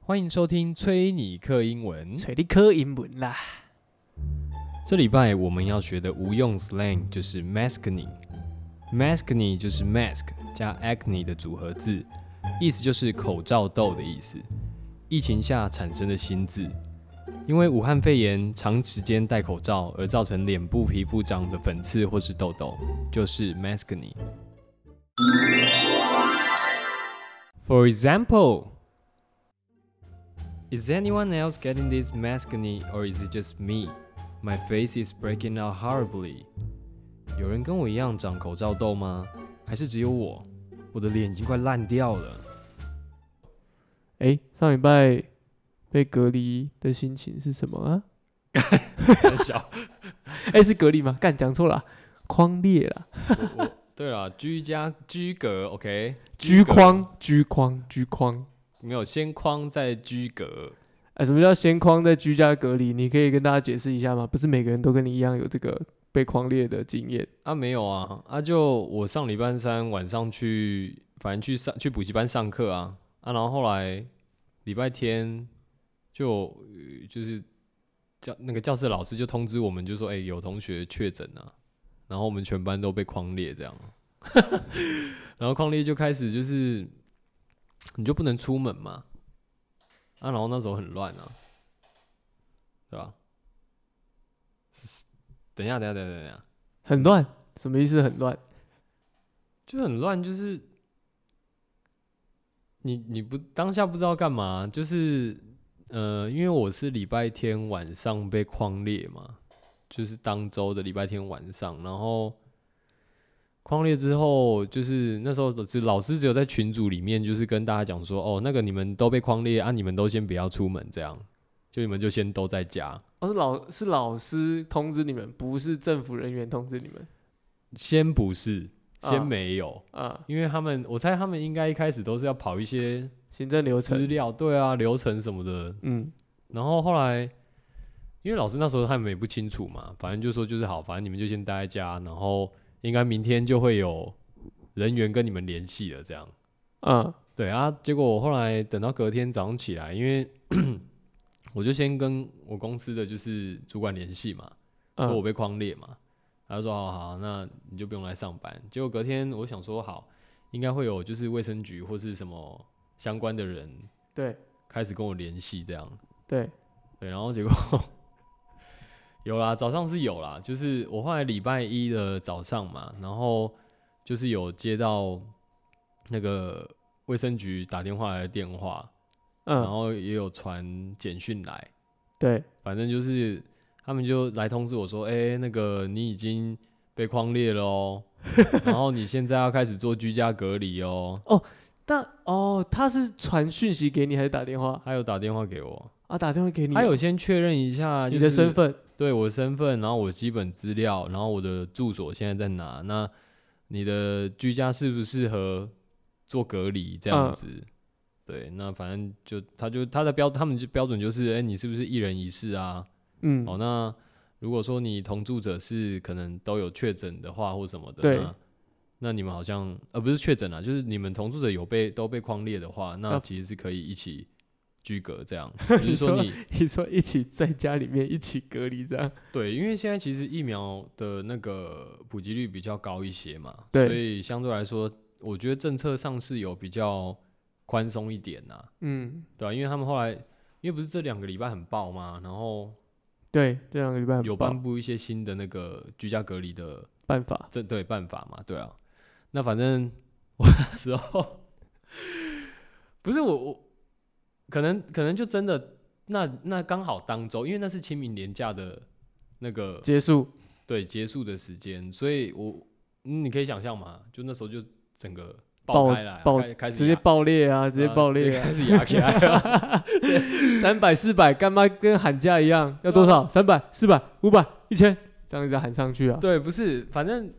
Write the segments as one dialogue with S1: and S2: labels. S1: 欢迎收听崔尼克英文。
S2: 找你考英文啦。
S1: 这礼拜我们要学的无用 slang 就是 maskne。maskne 就是 mask 加 acne 的组合字，意思就是口罩痘的意思。疫情下产生的新字，因为武汉肺炎长时间戴口罩而造成脸部皮肤长的粉刺或是痘痘，就是 maskne。For example, Is anyone else getting this maskne or is it just me? My face is breaking out horribly. 有人跟我一样长口罩痘吗？还是只有我？我的脸已经快烂掉了。
S2: 哎、上礼拜被隔离的心情是什么 啊？
S1: 很小。
S2: 哎、是隔离吗？干，讲错了，啊框列啦，
S1: 对了，居家居隔，OK，
S2: 居框，居框，居框。
S1: 没有先框再居隔。
S2: 哎、什么叫先框再居家隔离？你可以跟大家解释一下吗？不是每个人都跟你一样有这个被框列的经验。
S1: 啊，没有啊，啊就我上礼拜三晚上去，反正去上去补习班上课啊，啊，然后后来礼拜天就呃就是教那个教室老师就通知我们，就说哎、有同学确诊啊，然后我们全班都被框列这样， 然后框列就开始就是你就不能出门嘛，啊，然后那时候很乱啊，对吧？是等一下，等一下，等一下，等一下。
S2: 很乱，什么意思？很乱。
S1: 就很乱，就是你你不当下不知道干嘛，就是呃，因为我是礼拜天晚上被框列嘛，就是当周的礼拜天晚上，然后框列之后，就是那时候只老师只有在群组里面，就是跟大家讲说，哦，那个你们都被框列啊，你们都先不要出门，这样就你们就先都在家，
S2: 哦，是老是老师通知你们，不是政府人员通知你们
S1: 先不是，先
S2: 啊
S1: 没有，
S2: 啊。
S1: 因为他们我猜他们应该一开始都是要跑一些
S2: 行政流
S1: 资
S2: 程，
S1: 料，对啊，流程什么的。
S2: 嗯，
S1: 然后后来，因为老师那时候他们也不清楚嘛，反正就说就是好，反正你们就先待在家，然后应该明天就会有人员跟你们联系了，这样。
S2: 啊，
S1: 对啊，结果我后来等到隔天早上起来，因为 我就先跟我公司的就是主管联系嘛，说我
S2: 嗯，
S1: 被框列嘛，他就说好好，那你就不用来上班。结果隔天我想说好，应该会有就是卫生局或是什么相关的人
S2: 对
S1: 开始跟我联系这样，
S2: 对，
S1: 对，然后结果有啦，早上是有啦，就是我后来礼拜一的早上嘛，然后就是有接到那个卫生局打电话来的电话，然
S2: 嗯，
S1: 后也有传简讯来，
S2: 对，
S1: 反正就是他们就来通知我说，哎、那个你已经被框列了 哦，然后你现在要开始做居家隔离哦，
S2: 但哦，他是传讯息给你还是打电话
S1: 还有打电话给我，
S2: 啊？打电话给你哦，
S1: 还有先确认一下、就是、
S2: 你的身份，
S1: 对我的身份，然后我基本资料，然后我的住所现在在哪？那你的居家适不适合做隔离这样
S2: 嗯
S1: 子？对，那反正就他就他的标，他们就标准就是，哎、你是不是一人一室啊？
S2: 嗯，
S1: 哦，那如果说你同住者是可能都有确诊的话或什么的，
S2: 对
S1: 那那你们好像呃不是确诊啊，就是你们同住者有被都被框列的话，那
S2: 啊
S1: 其实是可以一起居隔这 样，只是
S2: 你
S1: 说
S2: 说
S1: 你
S2: 你说一起在家里面一起隔离这样，
S1: 对，因为现在其实疫苗的那个普及率比较高一些嘛，
S2: 对
S1: 所以相对来说，我觉得政策上是有比较宽松一点呐、
S2: 嗯，
S1: 对吧、啊因为他们后来，因为不是这两个礼拜很爆嘛，然后
S2: 对，这两个礼拜很
S1: 有
S2: 棒
S1: 颁布一些新的那个居家隔离的
S2: 办法，
S1: 这对办法嘛，对啊。那反正我那时候不是我我可能可能就真的那那刚好当周，因为那是清明年假的那个
S2: 结束，
S1: 对结束的时间，所以我、嗯你可以想象嘛，就那时候就整个
S2: 爆
S1: 开来啊，
S2: 爆
S1: 开开始
S2: 直接
S1: 压
S2: 爆裂啊，直接
S1: 啊
S2: 爆裂啊，
S1: 开始压起来 了。
S2: 三百四百，干妈跟喊价一样，要多少？三百、四百、五百、一千，这样子喊上去啊，
S1: 对，不是，反正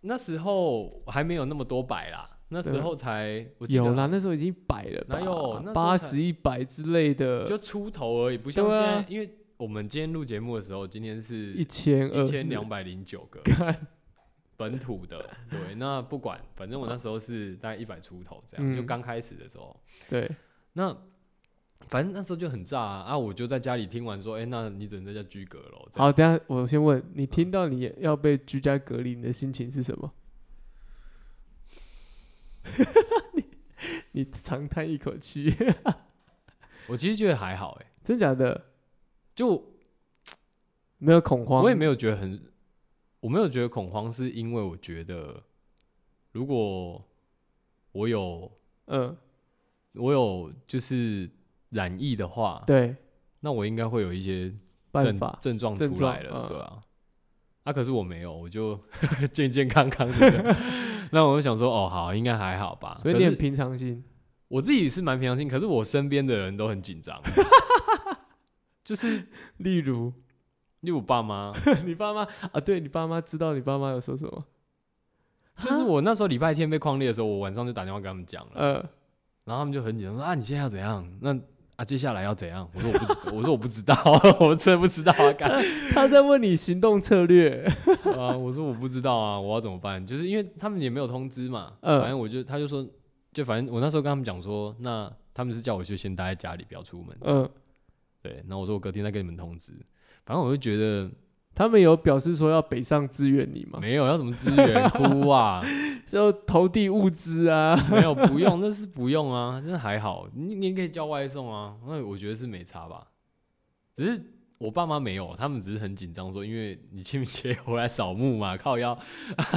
S1: 那时候还没有那么多百啦，那时
S2: 对啊
S1: 候才我记得
S2: 有啦，那时候已经百了吧，
S1: 哪有那时候
S2: 八
S1: 才
S2: 十一百之类
S1: 就
S2: 的，
S1: 出头而已，不像现
S2: 对啊
S1: 在，因为我们今天录节目的时候，今天是
S2: 一千二，
S1: 一千两百零九个本土的，对，那不管，反正我那时候是大概一百出头这样，
S2: 嗯
S1: 就刚开始的时候，
S2: 对，
S1: 那反正那时候就很炸啊，啊我就在家里听完说，哎、那你只能在家居隔了。这样
S2: 好，等一下我先问你，听到你要被居家隔离，你的心情是什么？ 你你长叹一口气，
S1: 我其实觉得还好、哎，
S2: 真假的？
S1: 就
S2: 没有恐慌，
S1: 我也没有觉得很，我没有觉得恐慌，是因为我觉得如果我有
S2: 嗯，
S1: 我有就是染疫的话，
S2: 对，
S1: 那我应该会有一些
S2: 办
S1: 症
S2: 法
S1: 症状
S2: 症
S1: 出来
S2: 状
S1: 了，
S2: 嗯
S1: 对啊。啊，可是我没有，我就 健健康康 的。那我就想说，哦，好，应该还好吧。
S2: 所以
S1: 可
S2: 你
S1: 是
S2: 很平常心。
S1: 我自己是蛮平常心，可是我身边的人都很紧张，就是
S2: 例如，
S1: 例如我爸妈，
S2: 你爸妈啊，对你爸妈知道你爸妈有说什么？
S1: 就是我那时候礼拜天被框列的时候，我晚上就打电话跟他们讲了，
S2: 呃，
S1: 然后他们就很紧张说啊，你现在要怎样？那啊，接下来要怎样？我说我不知，我 说我不知道，我真的不知道啊，干
S2: 他在问你行动策略。
S1: 啊，我说我不知道啊，我要怎么办？就是因为他们也没有通知嘛，
S2: 嗯
S1: 反正我就他就说，就反正我那时候跟他们讲说，那他们是叫我就先待在家里，不要出门，
S2: 嗯，
S1: 对，然后我说我隔天再跟你们通知，反正我就觉得
S2: 他们有表示说要北上支援你吗？
S1: 没有要什么资源哭啊，
S2: 就投递物资啊。
S1: 没有不用，那是不用啊，真的还好，你你也可以叫外送啊，那我觉得是没差吧，只是我爸妈没有，他们只是很紧张说，因为你清明节回来扫墓嘛，靠腰，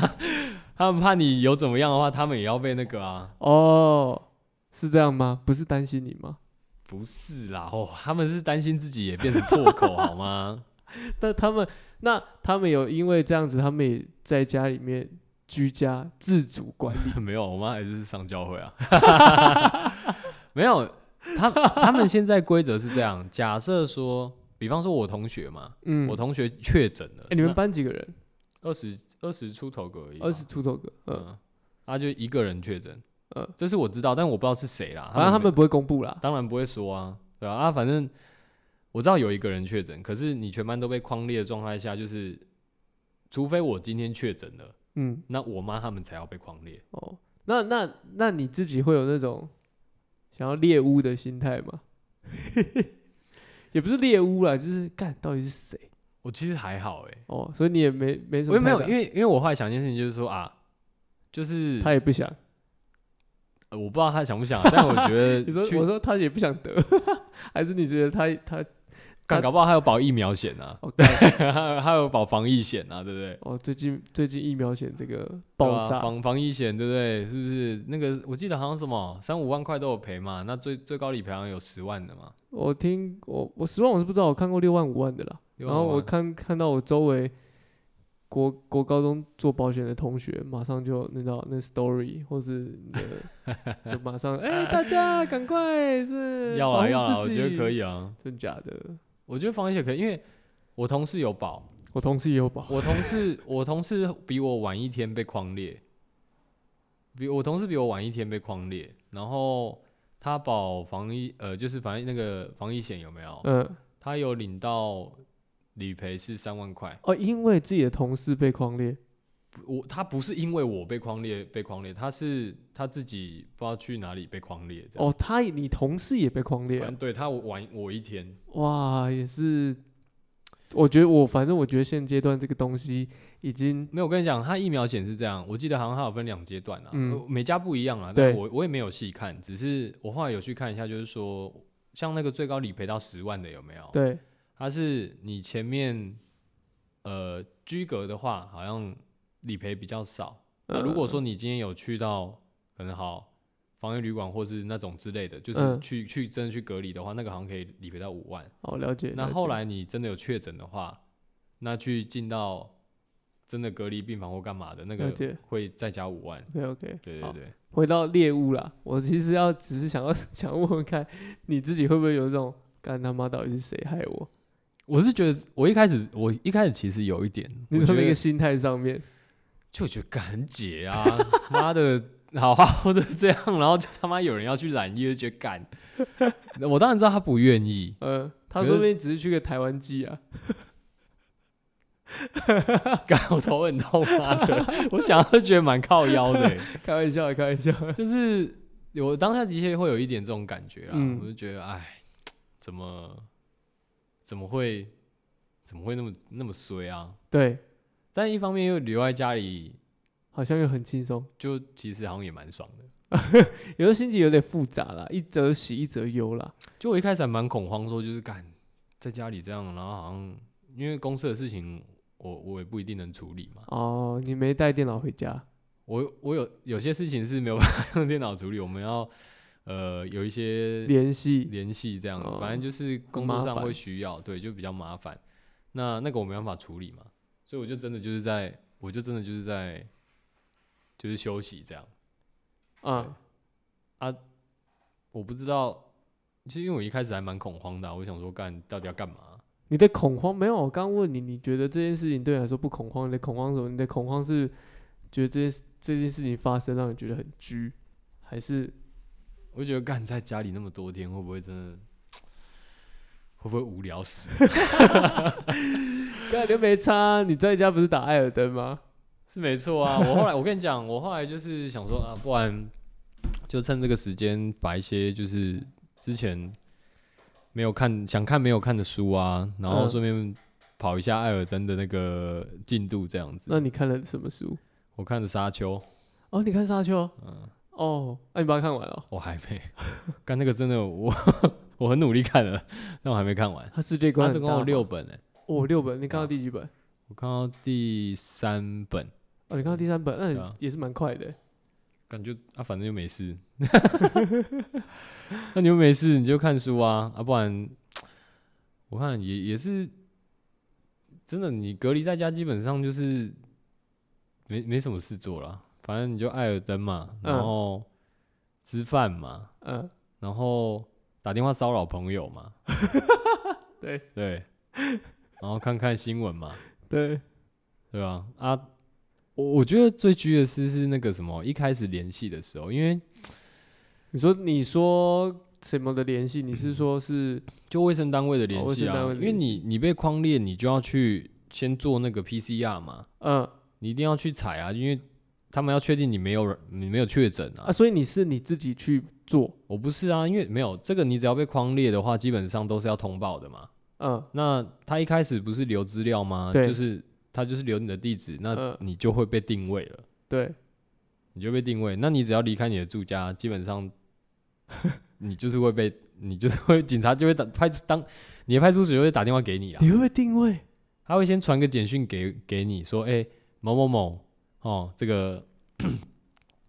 S1: 他们怕你有怎么样的话，他们也要被那个啊，
S2: 哦，是这样吗？不是担心你吗？
S1: 不是啦，哦，他们是担心自己也变成破口好吗？
S2: 但他们那他们有因为这样子，他们也在家里面居家自主管理。
S1: 没有，我妈还是上教会啊， 没有，他他们现在规则是这样，假设说，比方说我同学嘛，
S2: 嗯，
S1: 我同学确诊了，
S2: 哎、你们班几个人？
S1: 二十二十出头个而已吧，
S2: 二十出头个。嗯，
S1: 嗯，他就一个人确诊，
S2: 嗯
S1: 这是我知道，但我不知道是谁啦。
S2: 反正他
S1: 没
S2: 们不会公布啦。
S1: 当然不会说啊，对啊，啊反正我知道有一个人确诊，可是你全班都被框列的状态下，就是除非我今天确诊了，
S2: 嗯，
S1: 那我妈他们才要被框列。
S2: 哦，那那那你自己会有那种想要猎巫的心态吗？ 也不是猎巫啦，就是干到底是谁
S1: 我其实还好哎、欸，
S2: 哦，所以你也没没什
S1: 我
S2: 么
S1: 也
S2: 太
S1: 没
S2: 大。
S1: 有，因为因为我后来想一件事情，就是说啊，就是、
S2: 他也不想。
S1: 呃我不知道他想不想啊、但我觉
S2: 你说
S1: 得
S2: 我
S1: 去
S2: 说他也不想得， 还是你觉得他他
S1: 干搞不好还有保疫苗险啊，
S2: 哦干
S1: 还有还有保防疫险啊，对不对？
S2: 哦，最近最近疫苗险这个
S1: 对
S2: 爆炸，
S1: 啊、防防疫险，对不对？是不是那个？我记得好像什么三五万块都有赔嘛，那最最高理赔好像有十万的嘛。
S2: 我听我我十万我是不知道，我看过六万五万的啦。
S1: 六
S2: 然
S1: 万五
S2: 后我
S1: 万
S2: 看看到我周围国国高中做保险的同学，马上就那道那 story 或是你 的就马上哎、大家赶快是
S1: 要
S2: 保
S1: 啊
S2: 护
S1: 要啊，我
S2: 自
S1: 觉得可
S2: 己，
S1: 以啊，
S2: 真假的？
S1: 我觉得防疫险可以，因为我同事有 保，
S2: 我同事也有保，
S1: 我同事我同事比我晚一天被框列，比我同事比我晚一天被框列，然后他保防疫呃就是反正那个防疫险有没有？
S2: 嗯
S1: 他有领到理赔是三万块。
S2: 哦，因为自己的同事被狂列，
S1: 我他不是因为我被框列被框列，他是他自己不知道去哪里被框列这样。
S2: 哦，他也你同事也被狂列
S1: 反
S2: 啊、
S1: 正对他晚我一天，
S2: 哇，也是。我觉得我反正我觉得现阶段这个东西已经
S1: 没有我跟你讲，他疫苗险是这样，我记得好像还有分两阶段啊，
S2: 嗯
S1: 呃每家不一样啊。
S2: 对
S1: 但我我也没有细看，只是我后来有去看一下，就是说像那个最高理赔到十万的有没有？
S2: 对
S1: 它是你前面呃居隔的话，好像理赔比较少，
S2: 呃嗯
S1: 那啊如果说你今天有去到可能好防疫旅馆或是那种之类的，就是
S2: 嗯
S1: 去、去真的去隔离的话，那个好像可以理赔到五万。
S2: 哦了解，
S1: 那
S2: 了
S1: 后
S2: 解
S1: 来你真的有确诊的话，那去进到真的隔离病房或干嘛的那
S2: 了
S1: 个
S2: 解
S1: 会再加五万。
S2: OK OK
S1: 对
S2: 好
S1: 对对，
S2: 回到猎物啦，我其实要只是想要 想要问问看，你自己会不会有这种干他妈到底是谁害我？
S1: 我是觉得我一开始我一开始其实有一点，
S2: 你
S1: 我觉
S2: 说
S1: 得
S2: 那个心态上面，
S1: 就觉得干姐啊， 妈的，好好的这样，然后就他妈有人要去染疫，就觉得干。 我当然知道他不愿意，
S2: 呃，他
S1: 可
S2: 说
S1: 是
S2: 不定只是去个台湾记啊，
S1: 干我头很痛，妈 的，我想到觉得蛮靠腰的 欸、
S2: 开玩笑的，开玩笑的。
S1: 就是我当下的确会有一点这种感觉啦，
S2: 嗯
S1: 我就觉得哎，怎么怎么会怎么会那么那么衰啊？
S2: 对，
S1: 但一方面又留在家里，
S2: 好像又很轻松。
S1: 就其实好像也蛮爽的。
S2: 有时候心情有点复杂啦，一则喜一则忧啦。
S1: 就我一开始还蛮恐慌，说就是干在家里这样，然后好像因为公司的事情我我也不一定能处理嘛。
S2: 哦，你没带电脑回家？
S1: 我我有有些事情是没有办法 用电脑处理，我们要呃有一些
S2: 联系
S1: 联系这样子，
S2: 哦
S1: 反正就是工作
S2: 麻
S1: 上
S2: 烦
S1: 会需要，对，就比较麻烦。那那个我没办法处理嘛，所以我就真的就是在，我就真的就是在，就是休息这样。
S2: 啊，
S1: 我不知道，其实因为我一开始还蛮恐慌的啊、我想说干到底要干嘛？啊
S2: 你的恐慌没有？我刚问你，你觉得这件事情对你来说不恐慌？你的恐慌是什么？你的恐慌是觉得这件事这件事情发生让你觉得很拘，还是
S1: 我就觉得干在家里那么多天，会不会真的会不会无聊死？
S2: 根本就没差？你在家不是打艾尔登吗？
S1: 是没错啊，我后来我跟你讲，我后来就是想说啊，不然就趁这个时间把一些就是之前没有看想看没有看的书啊，然后
S2: 嗯
S1: 顺便跑一下艾尔登的那个进度这样
S2: 那
S1: 子。
S2: 你看了什么书？
S1: 我看的《沙丘》，
S2: 哦，你看《沙丘》？哦，那、你把它看完了？
S1: 我还没看那个真的我 我很努力看了，但我还没看完。啊
S2: 它世界观
S1: 它
S2: 很
S1: 总
S2: 大
S1: 共有
S2: 吗
S1: 六本啊诶、
S2: 哦六本，你看到第几本？
S1: 我看到第三本，
S2: 哦，你看到第三本，那、
S1: 对啊
S2: 也是蛮快的。
S1: 感觉啊，反正又没事， 那你又没事，你就看书啊，啊，不然我看也也是真的，你隔离在家基本上就是没没什么事做啦，反正你就艾尔登嘛，然
S2: 嗯
S1: 后吃饭嘛，
S2: 嗯，
S1: 然后打电话骚扰朋友嘛，
S2: 对
S1: 对，然后看看新闻嘛，
S2: 对，
S1: 对吧、啊？啊，我我觉得最拘的是是那个什么，一开始联系的时候，因为。
S2: 你说你说什么的联系？你是说是
S1: 就卫生单位的联
S2: 哦卫
S1: 系啊，
S2: 生单位的
S1: 因为
S2: 联系
S1: 你你被框列，你就要去先做那个 PCR 嘛，
S2: 嗯
S1: 你一定要去采啊，因为他们要确定你没有你没有确诊啊。
S2: 啊？所以你是你自己去做？
S1: 我不是啊，因为没有这个，你只要被框列的话，基本上都是要通报的嘛。
S2: 嗯
S1: 那他一开始不是留资料吗？
S2: 对
S1: 就是他就是留你的地址，那
S2: 嗯
S1: 你就会被定位了，
S2: 对，
S1: 你就被定位。那你只要离开你的住家，基本 上你就是会被你就是会警察就会打派出当你的派出所就会打电话给你啊。
S2: 你会不会定位？
S1: 他会先传个简讯给给你说，哎、某某某，哦，这个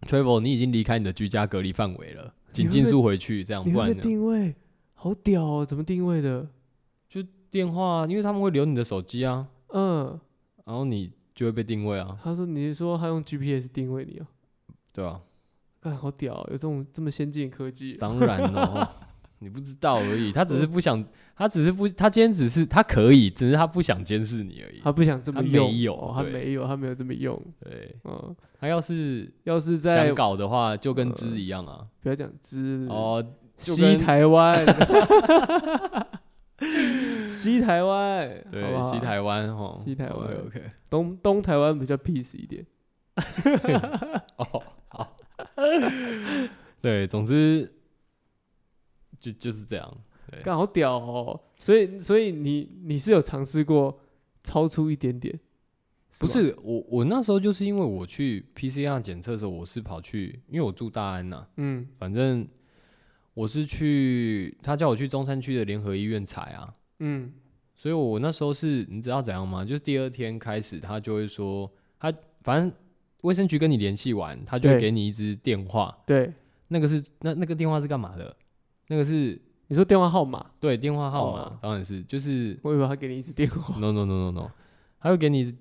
S1: Travel 你已经离开你的居家隔离范围了，请
S2: 你会
S1: 尽速回去，这样
S2: 你
S1: 不
S2: 会
S1: 然
S2: 不会
S1: 呢
S2: 定位？好屌哦！怎么定位的？
S1: 电话，因为他们会留你的手机啊，
S2: 嗯，
S1: 然后你就会被定位啊，
S2: 他说你是说他用 GPS 定位你哦？
S1: 对 吧、
S2: 看好屌哦、有这种这么先进的科技。
S1: 当然哦，你不知道而已，他只
S2: 哦
S1: 是不想，他只是不，他今天只是他可以，只是他不想监视你而已。
S2: 他不想这么
S1: 他没
S2: 用，
S1: 有
S2: 哦，他
S1: 对
S2: 没有，他没有这么用。
S1: 对
S2: 嗯，
S1: 他要是
S2: 要是在
S1: 想搞的话，就跟
S2: 呃
S1: 之一样啊。
S2: 不要讲之
S1: 哦，就
S2: 西
S1: 跟
S2: 台湾， 西台湾，好不
S1: 对，
S2: 好
S1: 西台湾哦，
S2: 西台湾
S1: OK。
S2: 东东台湾比较 peace 一点。
S1: 哦，好， 对，总之就就是这样。对
S2: 干好屌哦！所以所以你你是有尝试过超出一点点，
S1: 不
S2: 吗？
S1: 是我，我那时候就是因为我去 PCR 检测的时候，我是跑去，因为我住大安呐、
S2: 嗯
S1: 反正我是去，他叫我去中山区的联合医院采啊，
S2: 嗯
S1: 所以我那时候是，你知道怎样吗？就是第二天开始，他就会说，他反正卫生局跟你联系完，他就会
S2: 对
S1: 给你一支电话，
S2: 对，
S1: 那个是那那个电话是干嘛的？那个是
S2: 你说电话号码，
S1: 对，电话号码、
S2: 哦
S1: 当然是，就是
S2: 我以为他给你一支 电话。
S1: no no no no no，他会给你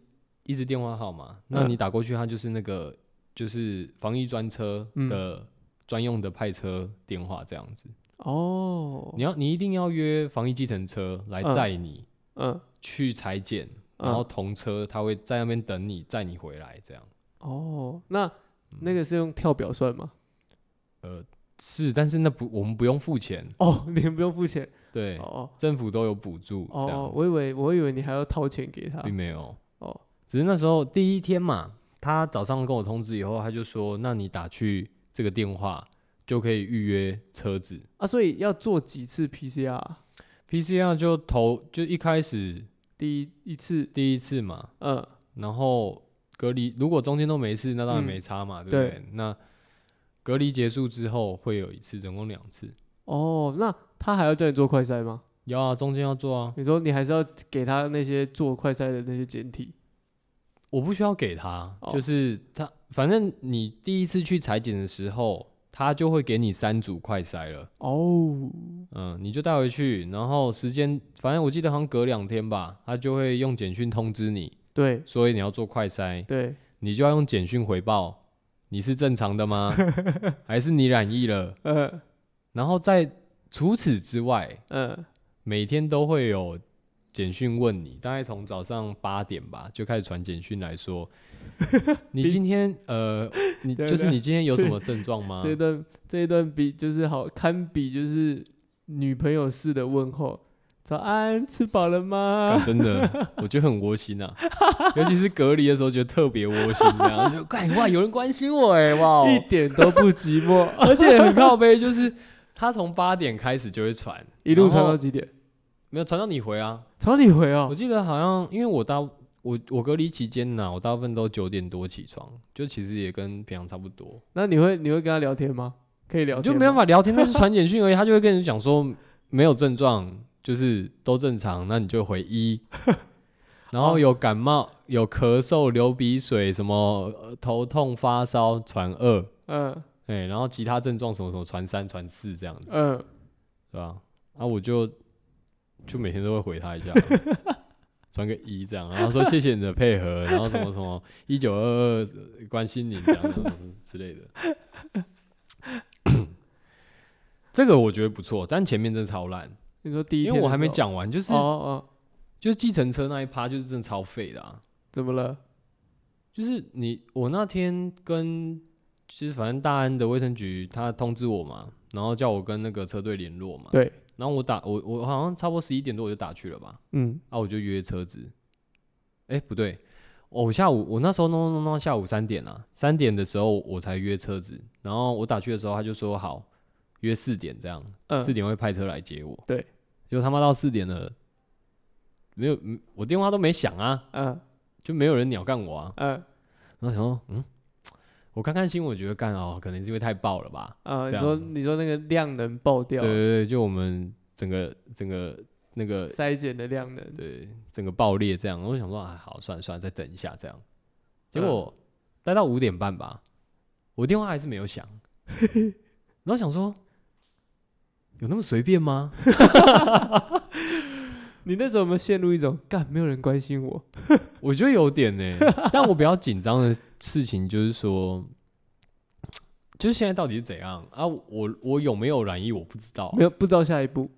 S1: 一支电话号码，
S2: 嗯
S1: 那你打过去，他就是那个就是防疫专车
S2: 嗯
S1: 的专用的派车电话这样子。
S2: 哦
S1: 你，要你一定要约防疫计程车来
S2: 嗯
S1: 载你、
S2: 嗯
S1: 去裁剪，然后
S2: 嗯，
S1: 同车他会在那边等你载你回来这样。
S2: 哦，那
S1: 嗯
S2: 那个是用跳表算吗？
S1: 呃是，但是那不我们不用付钱，
S2: 哦， 你们不用付钱。
S1: 对，
S2: 哦
S1: 政府都有补助
S2: 哦
S1: 这样，
S2: 哦，我以为我以为你还要掏钱给他。
S1: 并没有。
S2: 啊哦，
S1: 只是那时候第一天嘛，他早上跟我通知以后，他就说：“那你打去这个电话就可以预约车子。
S2: 啊，所以要做几次 PCR？啊”，
S1: PCR 就头就一开始
S2: 第一一次，
S1: 第一次嘛，
S2: 嗯，
S1: 然后隔离如果中间都没事，那当然
S2: 嗯
S1: 没差嘛，对不
S2: 对
S1: 对？那隔离结束之后会有一次，总共两次。
S2: 哦，那他还要叫你做快筛吗？
S1: 要啊，中间要做啊，
S2: 你说你还是要给他那些做快筛的那些简体，
S1: 我不需要给他，
S2: 哦
S1: 就是他，反正你第一次去裁剪的时候，他就会给你三组快筛了，
S2: 哦，
S1: 嗯，你就带回去，然后时间，反正我记得好像隔两天吧，他就会用简讯通知你，
S2: 对
S1: 所以你要做快筛，
S2: 对，
S1: 你就要用简讯回报，你是正常的吗？ 还是你染疫了？
S2: 呃
S1: 然后在除此之外，
S2: 呃，
S1: 每天都会有简讯问你，大概从早上八点吧就开始传简讯来说， 你今天呃，你
S2: 对
S1: 就是
S2: 对
S1: 你今天有什
S2: 这
S1: 么症状吗
S2: 这？一段这一段比就是好堪比就是女朋友式的问候，早安，吃饱了吗
S1: 干？真的，我觉得很窝心啊， 尤其是隔离的时候，觉得特别窝心、啊，然后就干哇，有人关心我哎、哇哦、
S2: 一点都不寂寞，
S1: 而且很靠背，就是他从八点开始就会传，
S2: 一路传
S1: 然
S2: 到
S1: 后
S2: 几点？
S1: 没有传到你回啊，
S2: 传到你回
S1: 我
S2: 哦，
S1: 记得好像因为我大我我隔离期间呢、我大部分都九点多起床，就其实也跟平常差不多，
S2: 那你会你会跟他聊天吗？可以聊
S1: 我哦就
S2: 天吗，
S1: 没办法聊天，但是传简讯而已，他就会跟你讲说没有症状，就是都正常，那你就回一。 然后有感冒、有咳嗽、流鼻水、什么、呃头痛、发烧，传二，
S2: 嗯
S1: 哎、然后其他症状什么什么传三、传四这样子，
S2: 嗯，
S1: 对吧？啊，我就就每天都会回他一 下，传个一这样，然后说谢谢你的配 合，然后什么什么一九二二关心你这样什么之类的。 这个我觉得不错，但前面真的超烂，
S2: 你说第一
S1: 因
S2: 天，
S1: 为我还没，讲完，就是、
S2: 哦哦，
S1: 就是计程车那一趴就是真的超废的啊，
S2: 怎么了？
S1: 就是你我那天跟其实反正大安的卫生局他通知我嘛，然后叫我跟那个车队联络嘛，
S2: 对，
S1: 然后我打我我好像差不多十一点多我就打去了吧，
S2: 嗯，
S1: 啊，我就约车子。哎、不对，哦我下午我那时候弄弄弄到下午三点啊，三点的时候我才约车子，然后我打去的时候他就说好约四点这样，
S2: 嗯
S1: 四、点会派车来接我。
S2: 对，
S1: 就他妈到四点了，没有嗯我电话都没响啊，
S2: 嗯
S1: 就没有人鸟干我啊。
S2: 嗯
S1: 然后想说，嗯，我看看新闻，我觉得干哦，可能是因为太爆了吧。
S2: 啊，
S1: 这样
S2: 你说你说那个量能爆掉
S1: 对，对对，就我们整个整个那个
S2: 筛检的量能，
S1: 对，整个爆裂这样。我想说，啊，好，算了算了，再等一下这样。结果待到五点半吧，我电话还是没有响，然后想说，有那么随便吗？
S2: 你那时候有没有陷入一种干没有人关心我？
S1: 我觉得有点呢、但我比较紧张的事情就是说，就是现在到底是怎样啊？我我有没有染疫我不知道
S2: 没，有不知道下一步，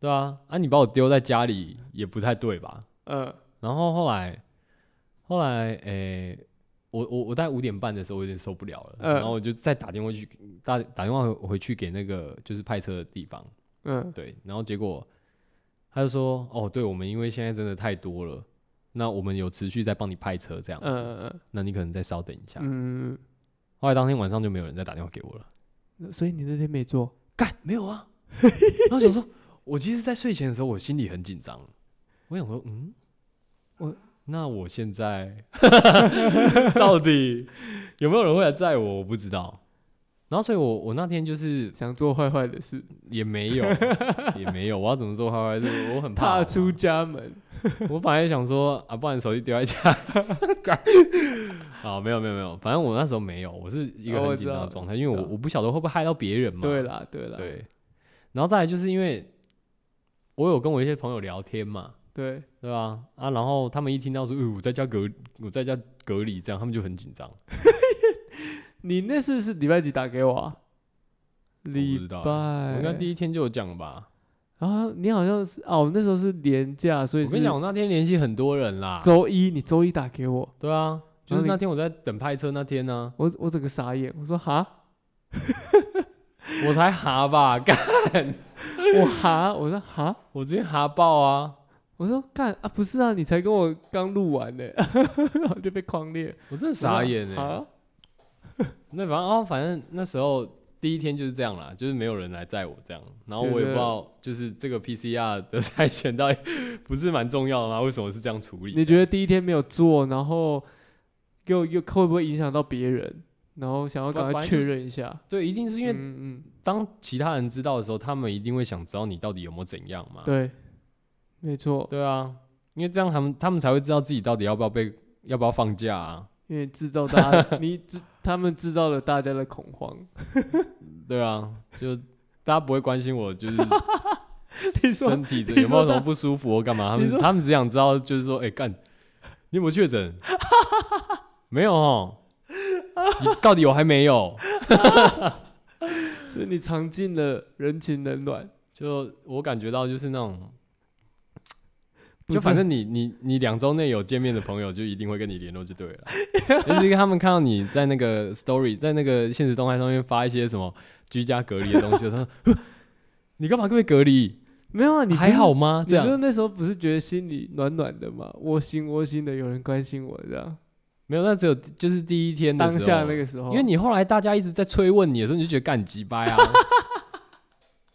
S1: 对啊，啊，你把我丢在家里也不太对吧？
S2: 呃
S1: 然后后来，后来，诶、我我我大概五点半的时候，我有点受不了了，
S2: 嗯
S1: 然后我就再打电话去打打电话回去给那个就是派车的地方，
S2: 嗯
S1: 对，然后结果他就说，哦，对我们因为现在真的太多了，那我们有持续在帮你派车这样
S2: 嗯
S1: 子，
S2: 嗯
S1: 那你可能再稍等一下。
S2: 嗯
S1: 后来当天晚上就没有人再打电话给我了，
S2: 嗯，所以你那天没做，
S1: 干没有 啊，然后想说，我其实，在睡前的时候，我心里很紧张，我想说，嗯，
S2: 我
S1: 那我现在 到底有没有人会来载我？我不知道。然后，所以我我那天就是
S2: 想做坏坏的事，
S1: 也没 有也没有，我要怎么做坏坏事？我很怕
S2: 踏，出家门，
S1: 我本来想说啊，不然手机丢在家， 干啊，没有没有没有，反正我那时候没有，我是一个
S2: 哦
S1: 很
S2: 我
S1: 紧
S2: 知道
S1: 张的状态，因为我
S2: 知道
S1: 我不晓得会不会害到别人嘛。
S2: 对啦对啊啦，
S1: 对，然后再来就是因为我有跟我一些朋友聊天嘛，
S2: 对，
S1: 对吧、啊？然后他们一听到说，呃，我在家隔，我在家隔离，这样他们就很紧张。
S2: 你那次是礼拜几打给我啊？
S1: 不
S2: 礼
S1: 知道
S2: 拜，
S1: 我应该第一天就有讲了吧？
S2: 啊，你好像是哦，那时候是年假，所以
S1: 我跟
S2: 是
S1: 你讲，我那天联系很多人啦。
S2: 周一，你周一打给我，
S1: 对啊，就
S2: 然后
S1: 是
S2: 你
S1: 那天我在等派车那天呢、
S2: 我我整个傻眼，我说哈，
S1: 我才哈吧，干，
S2: 我哈，我说哈，
S1: 我直接哈爆啊！
S2: 我说干啊，不是啊，你才跟我刚录完呢，然后就被框裂，
S1: 我真的
S2: 我
S1: 傻欸
S2: 说
S1: 眼哎、
S2: 啊，
S1: 那反正哦，反正那时候第一天就是这样啦，就是没有人来载我这样，然后
S2: 觉
S1: 我也不
S2: 得
S1: 知道，就是这个 PCR 的 筛选到底不是蛮重要的吗？为什么是这样处理？
S2: 你觉得第一天没有做，然后又又会不会影响到别人？然后想要
S1: 不
S2: 赶
S1: 本
S2: 快
S1: 来
S2: 确
S1: 就是
S2: 认一下，
S1: 对，一定是因为
S2: 嗯嗯，
S1: 当其他人知道的时候，他们一定会想知道你到底有没有怎样嘛？，
S2: 对，没错，
S1: 对啊，因为这样他们他们才会知道自己到底要不要被要不要放假啊？
S2: 因为制造大家，你制他们制造了大家的恐 慌。
S1: 对啊，就大家不会关心我，就是
S2: 你说
S1: 身体这
S2: 你
S1: 有没有
S2: 说
S1: 什么
S2: 他
S1: 不舒服或干嘛？他
S2: 你
S1: 们
S2: 说
S1: 他们只想知道，就是说，哎、干，你有没有确诊？ 没有哦，你到底有还没有？
S2: 所以你尝尽了人情冷暖，
S1: 就我感觉到就是那种，
S2: 不
S1: 就是反正你你你两周内有见面的朋友，就一定会跟你联络就对了。就是他们看到你在那个 story，在那个现实动态上面发一些什么居家隔离的东西，他说呵 你干嘛被隔离？
S2: 没有啊，你
S1: 还
S2: 不是
S1: 好吗？
S2: 你
S1: 这
S2: 就
S1: 样
S2: 是那时候不是觉得心里暖暖的嘛，窝心窝心的，有人关心我这样。
S1: 没有，那只有就是第一天的
S2: 当
S1: 时候啊
S2: 下那个时候，
S1: 因为你后来大家一直在催问你的时候，你就觉得干你鸡掰啊，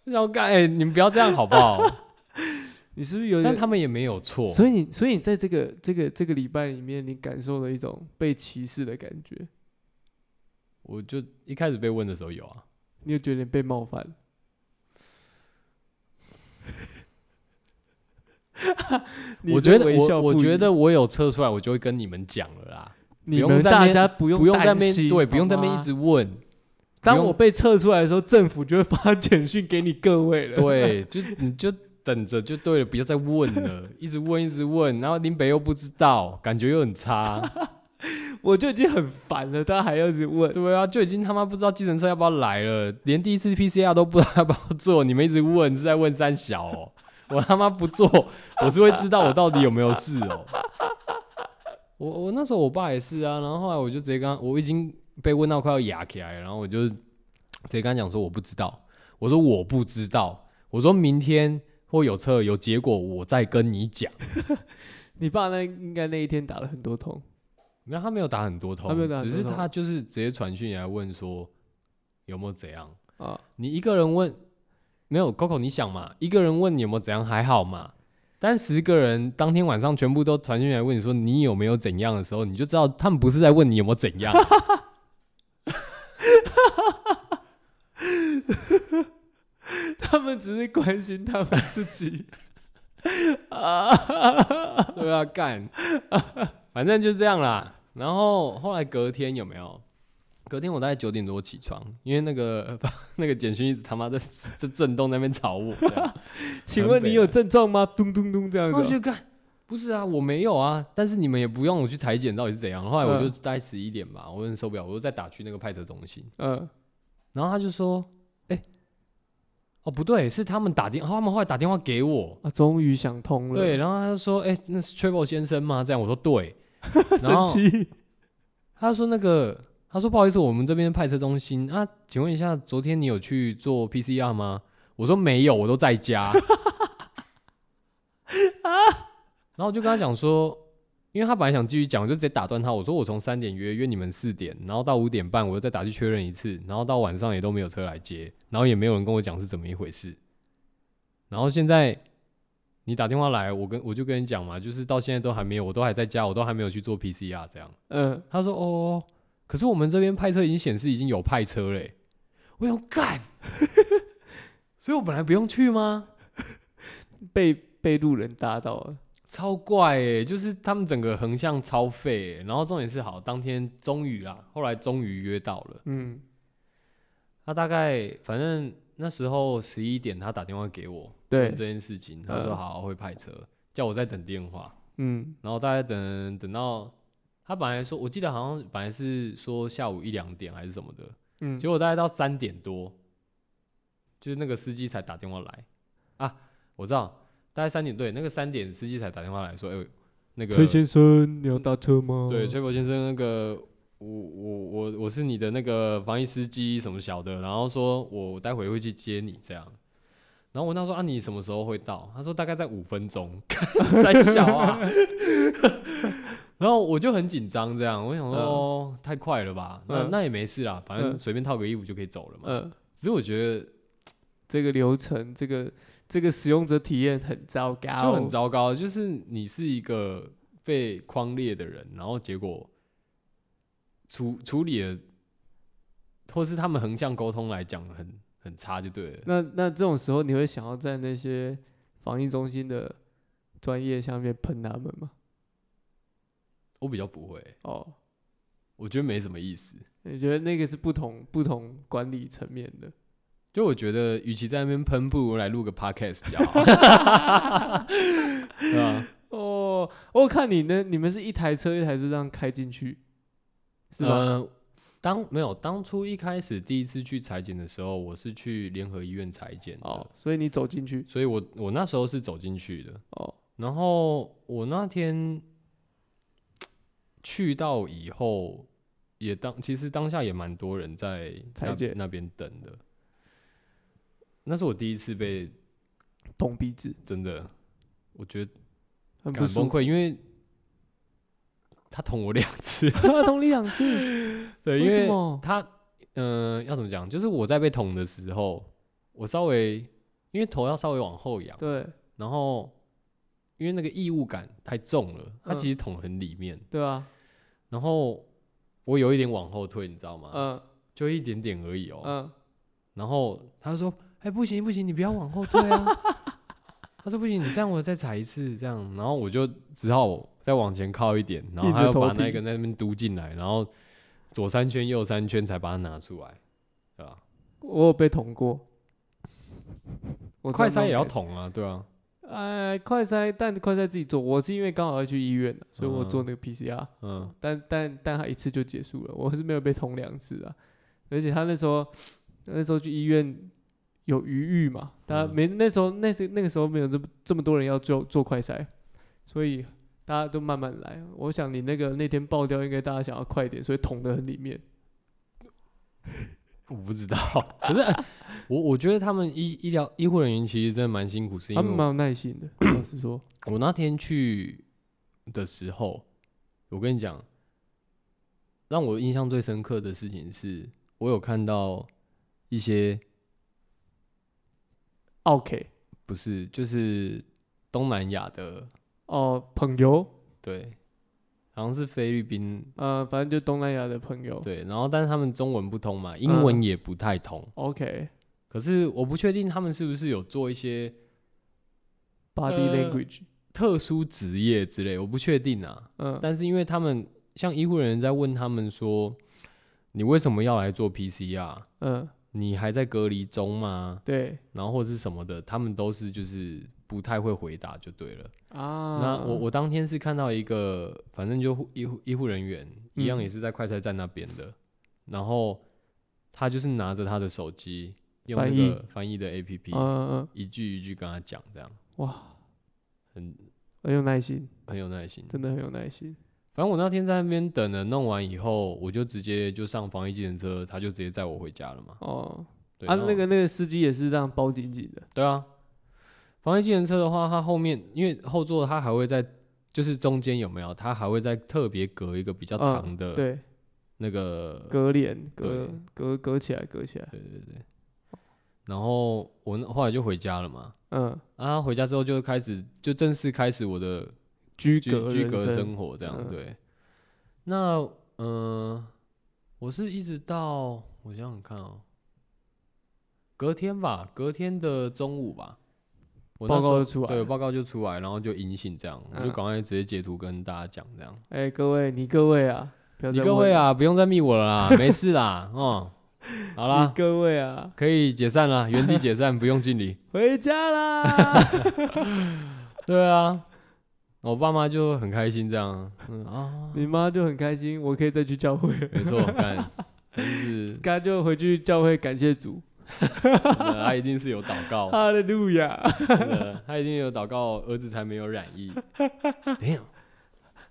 S1: 就想干哎、你们不要这样好不 好？
S2: 你是不是有
S1: 但
S2: 点？
S1: 他们也没有错，
S2: 所以你所以你在这个这个这个礼拜里面，你感受了一种被歧视的感觉，
S1: 我就一开始被问的时候有啊，
S2: 你有觉得被冒犯？ 你
S1: 我觉
S2: 的
S1: 得
S2: 微
S1: 我
S2: 笑
S1: 我
S2: 不
S1: 觉
S2: 语
S1: 得我有测出来，我就会跟你们讲了啦，
S2: 你
S1: 用
S2: 们
S1: 在那
S2: 大
S1: 边
S2: 家不用
S1: 不用在那
S2: 担
S1: 边
S2: 心
S1: 对，不用在那边一。
S2: 好吗
S1: 直问，
S2: 当
S1: 用
S2: 我被测出来的时候，政府就会发简讯给你各位了。
S1: 对，就你就等着就对了，不要再问了，一直问一直问，然后林北又不知道，感觉又很差，
S2: 我就已经很烦了，大家还要一直问。
S1: 对啊，就已经他妈不知道计程车要不要来了，连第一次 PCR 都不知道要不要做，你们一直问是在问三小哦、 我他妈不做，我是会知道我到底有没有事哦、 我我那时候我爸也是啊，然后后来我就直接跟他，我已经被问到快要哑起来了，然后我就直接跟他讲说我不知道，我说我不知道，我说明天或有测有结果我再跟你讲。
S2: 你爸那应该那一天打了很多通，
S1: 没有，他没有打很多通，
S2: 他没有打很
S1: 只
S2: 多
S1: 是
S2: 通
S1: 他就是直接传讯来问说有没有怎样
S2: 啊
S1: 你一个人问，没有 Coco，你想嘛，一个人问你有没有怎样还好嘛，但十个人当天晚上全部都传讯来问你说你有没有怎样的时候，你就知道他们不是在问你有没有怎 样。
S2: 他们只是关心他们自己 啊。
S1: 对啊，干， 反正就这样啦。然后后来隔天有没有？隔天我大概九点多起床，因为那个 那个简讯一直他妈在 在震动那边吵我。这样
S2: 请问你有症状吗？咚咚咚这样
S1: 然后我
S2: 子
S1: 就
S2: 哦。
S1: 看，不是啊，我没有啊，但是你们也不用我去裁剪到底是怎样。后来我就
S2: 嗯
S1: 大概十一点吧，我有点受不了，我就再打去那个派车中心，
S2: 嗯，
S1: 然后他就说，哎、哦不对，是他们打电，他们后来打电话给我，
S2: 啊，终于想通了。
S1: 对，，然后他就说，哎、那是 Travel 先生吗？这样我说对，然
S2: 神
S1: 后
S2: 奇。
S1: 他说那个，他说不好意思，我们这边派车中心啊，请问一下，昨天你有去做 PCR 吗？我说没有，我都在家。然后我就跟他讲说，因为他本来想继续讲，我就直接打断他。我说我从三点约约你们四点，然后到五点半我又再打去确认一次，然后到晚上也都没有车来接，然后也没有人跟我讲是怎么一回事。然后现在你打电话来，我跟我就跟你讲嘛，就是到现在都还没有，我都还在家，我都还没有去做 PCR 这样。
S2: 嗯，
S1: 他说：“哦，可是我们这边派车已经显示已经有派车嘞。”我想干， 所以我本来不用去吗？
S2: 被被路人搭到了。
S1: 超怪哎、就是他们整个横向超废、欸，然后重点是好，当天终于啦，后来终于约到了。
S2: 嗯，
S1: 他大概反正那时候十一点，他打电话给我问
S2: 对，
S1: 这件事情，他说
S2: 嗯
S1: 好会派车，叫我再等电话，
S2: 嗯
S1: 然后大概等等到他本来说，我记得好像本来是说下午一两点还是什么的，
S2: 嗯
S1: 结，果大概到三点多，就是那个司机才打电话来啊，我知道，大概三点对，那个三点司机才打电话来说，哎、那个
S2: 崔先生，你要搭车吗？
S1: 对崔博先生，那个我我我我是你的那个防疫司机什么小的，然后说我待会会去接你这样，然后我那时候啊你什么时候会到？他说大概在五分钟， 三小啊。 然后我就很紧张，这样我想说、
S2: 嗯
S1: 哦太快了吧，那、
S2: 嗯
S1: 那也没事啦，反正
S2: 嗯
S1: 随便套个衣服就可以走了嘛。
S2: 嗯
S1: 只是我觉得
S2: 这个流程，这个这个使用者体验很糟糕，
S1: 就很。糟糕，就是你是一个被框列的人，然后结果处处理的，或是他们横向沟通来讲很很差就对了。
S2: 那那这种时候，你会想要在那些防疫中心的专业下面喷他们吗？
S1: 我比较不会，
S2: 哦，
S1: 我觉得没什么意思。
S2: 你觉得那个是不同不同管理层面 的？
S1: 就我觉得，与其在那边喷，不如来 录个 podcast 比较好，呃对吧？
S2: 哦，我看你呢，你们是一台车一台车这样开进去，是吧？
S1: 呃、当没有当初一开始第一次去裁剪的时候，我是去联合医院裁剪的，
S2: 哦，所以你走进去，
S1: 所以我我那时候是走进去的。
S2: 哦，
S1: 然后我那天去到以后，也当其实当下也蛮多人在
S2: 裁
S1: 那
S2: 剪
S1: 那边等的。那是我第一次被
S2: 捅鼻子，
S1: 真的，我觉得
S2: 很不
S1: 感
S2: 舒
S1: 崩
S2: 服。
S1: 溃，因为他捅我两 次。
S2: 捅你两次，
S1: 对，因
S2: 为什
S1: 为
S2: 么
S1: 他，嗯，要怎么讲？就是我在被捅的时候，我稍微因为头要稍微往后仰，
S2: 对
S1: 然后因为那个异物感太重了，它
S2: 嗯
S1: 其实捅很里面，
S2: 对啊，
S1: 然后我有一点往后退，你知道吗？
S2: 嗯
S1: 就一点点而已哦。
S2: 嗯，
S1: 然后他就说：“哎、不行不行，你不要往后退啊。” 他说：“不行，你这样我再踩一次，这样。”然后我就只好再往前靠一点，然后
S2: 硬着
S1: 他又
S2: 头
S1: 把
S2: 皮
S1: 那个那边嘟进来，然后左三圈右三圈才把它拿出来，对吧？
S2: 我有被捅过，我知道
S1: 快
S2: 那种
S1: 塞也要
S2: 感觉
S1: 捅啊，对啊，
S2: 哎，快筛，但快筛自己做，我是因为刚好要去医院，所以我做那个 PCR，、
S1: 嗯，
S2: 但但但他一次就结束了，我是没有被捅两次啊，而且他那时候那时候去医院有余裕嘛，大家
S1: 嗯
S2: 没、那时候那时那个时候没有这么这么多人要做做快筛，所以大家都慢慢来。我想你那个那天爆掉，应该大家想要快一点，所以捅得很里面。
S1: 我不知道， 可是、哎我我觉得他们医医疗医护人员其实真的蛮辛苦，是因
S2: 他
S1: 为我
S2: 们蛮有耐心 的，老实说，
S1: 我那天去的时候，我跟你讲，让我印象最深刻的事情是，我有看到一些
S2: OK
S1: 不是，就是东南亚的，
S2: 哦，朋友，
S1: 对，好像是菲律宾，
S2: 呃，反正就东南亚的朋友
S1: 对，然后但是他们中文不通嘛，英
S2: 嗯
S1: 文也不太通，
S2: ，OK，body
S1: 可是我不确定他们是不是有做一些呃
S2: language，
S1: 特殊职业之类，我不确定啊。
S2: 嗯，
S1: 但是因为他们像医护人员在问他们说，你为什么要来做 PCR？
S2: 嗯，
S1: 你还在隔离中吗？
S2: 对
S1: 然后或是什么的，他们都是就是不太会回答就对了。
S2: 啊，
S1: 那我我当天是看到一个，反正就护医护医护人员一样
S2: 嗯
S1: 也是在快餐站那边的，然后他就是拿着他的手机用那
S2: 翻译
S1: 个翻译的 A P
S2: 嗯
S1: P，、
S2: 嗯嗯
S1: 一句一句跟他讲，这样
S2: 哇，
S1: 很
S2: 很有耐心，
S1: 很有耐心。
S2: 真的很有耐心。
S1: 反正我那天在那边等了，弄完以后，我就直接就上防疫计程车，他就直接载我回家了嘛。
S2: 哦，
S1: 对
S2: 啊，
S1: 然后
S2: 那个那个司机也是这样包紧紧的，
S1: 对啊，防疫计程车的话，它后面因为后座它还会在，就是中间有没有，它还会再特别隔一个比较
S2: 嗯
S1: 长的
S2: 对，
S1: 那个，
S2: 隔帘隔隔隔起来，隔起来，
S1: 对对对。
S2: 哦
S1: 然后我那后来就回家了嘛，
S2: 嗯，
S1: 啊，回家之后就开始就正式开始我的
S2: 居
S1: 居
S2: 隔
S1: 居
S2: 人
S1: 隔
S2: 生
S1: 生活这样、
S2: 嗯
S1: 对。那呃，我是一直到我想想看哦，隔天吧，隔天的中午吧，我那
S2: 报
S1: 时
S2: 告
S1: 候
S2: 就出来
S1: 对，
S2: 了
S1: 报告就出来，然后就阴性这样，我就
S2: 嗯
S1: 赶快直接截图跟大家讲这样。
S2: 哎，各位你各位啊，不要
S1: 你
S2: 再
S1: 各
S2: 问
S1: 位
S2: 了，
S1: 啊，不用再密我了啦，没事啦，哦，好
S2: 你
S1: 啦，
S2: 各位啊，
S1: 可以解散啦，原地解散，不用敬礼。
S2: 回家 啦，
S1: 对啊，我爸妈就很开心这样，嗯啊，
S2: 你妈就很开心，我可以再去教会了，
S1: 没错，干，真是
S2: 她就回去教会感谢主，
S1: 真的他一定是有祷告，
S2: 哈利路亚，
S1: 真的他一定有祷告，儿子才没有染疫。怎样？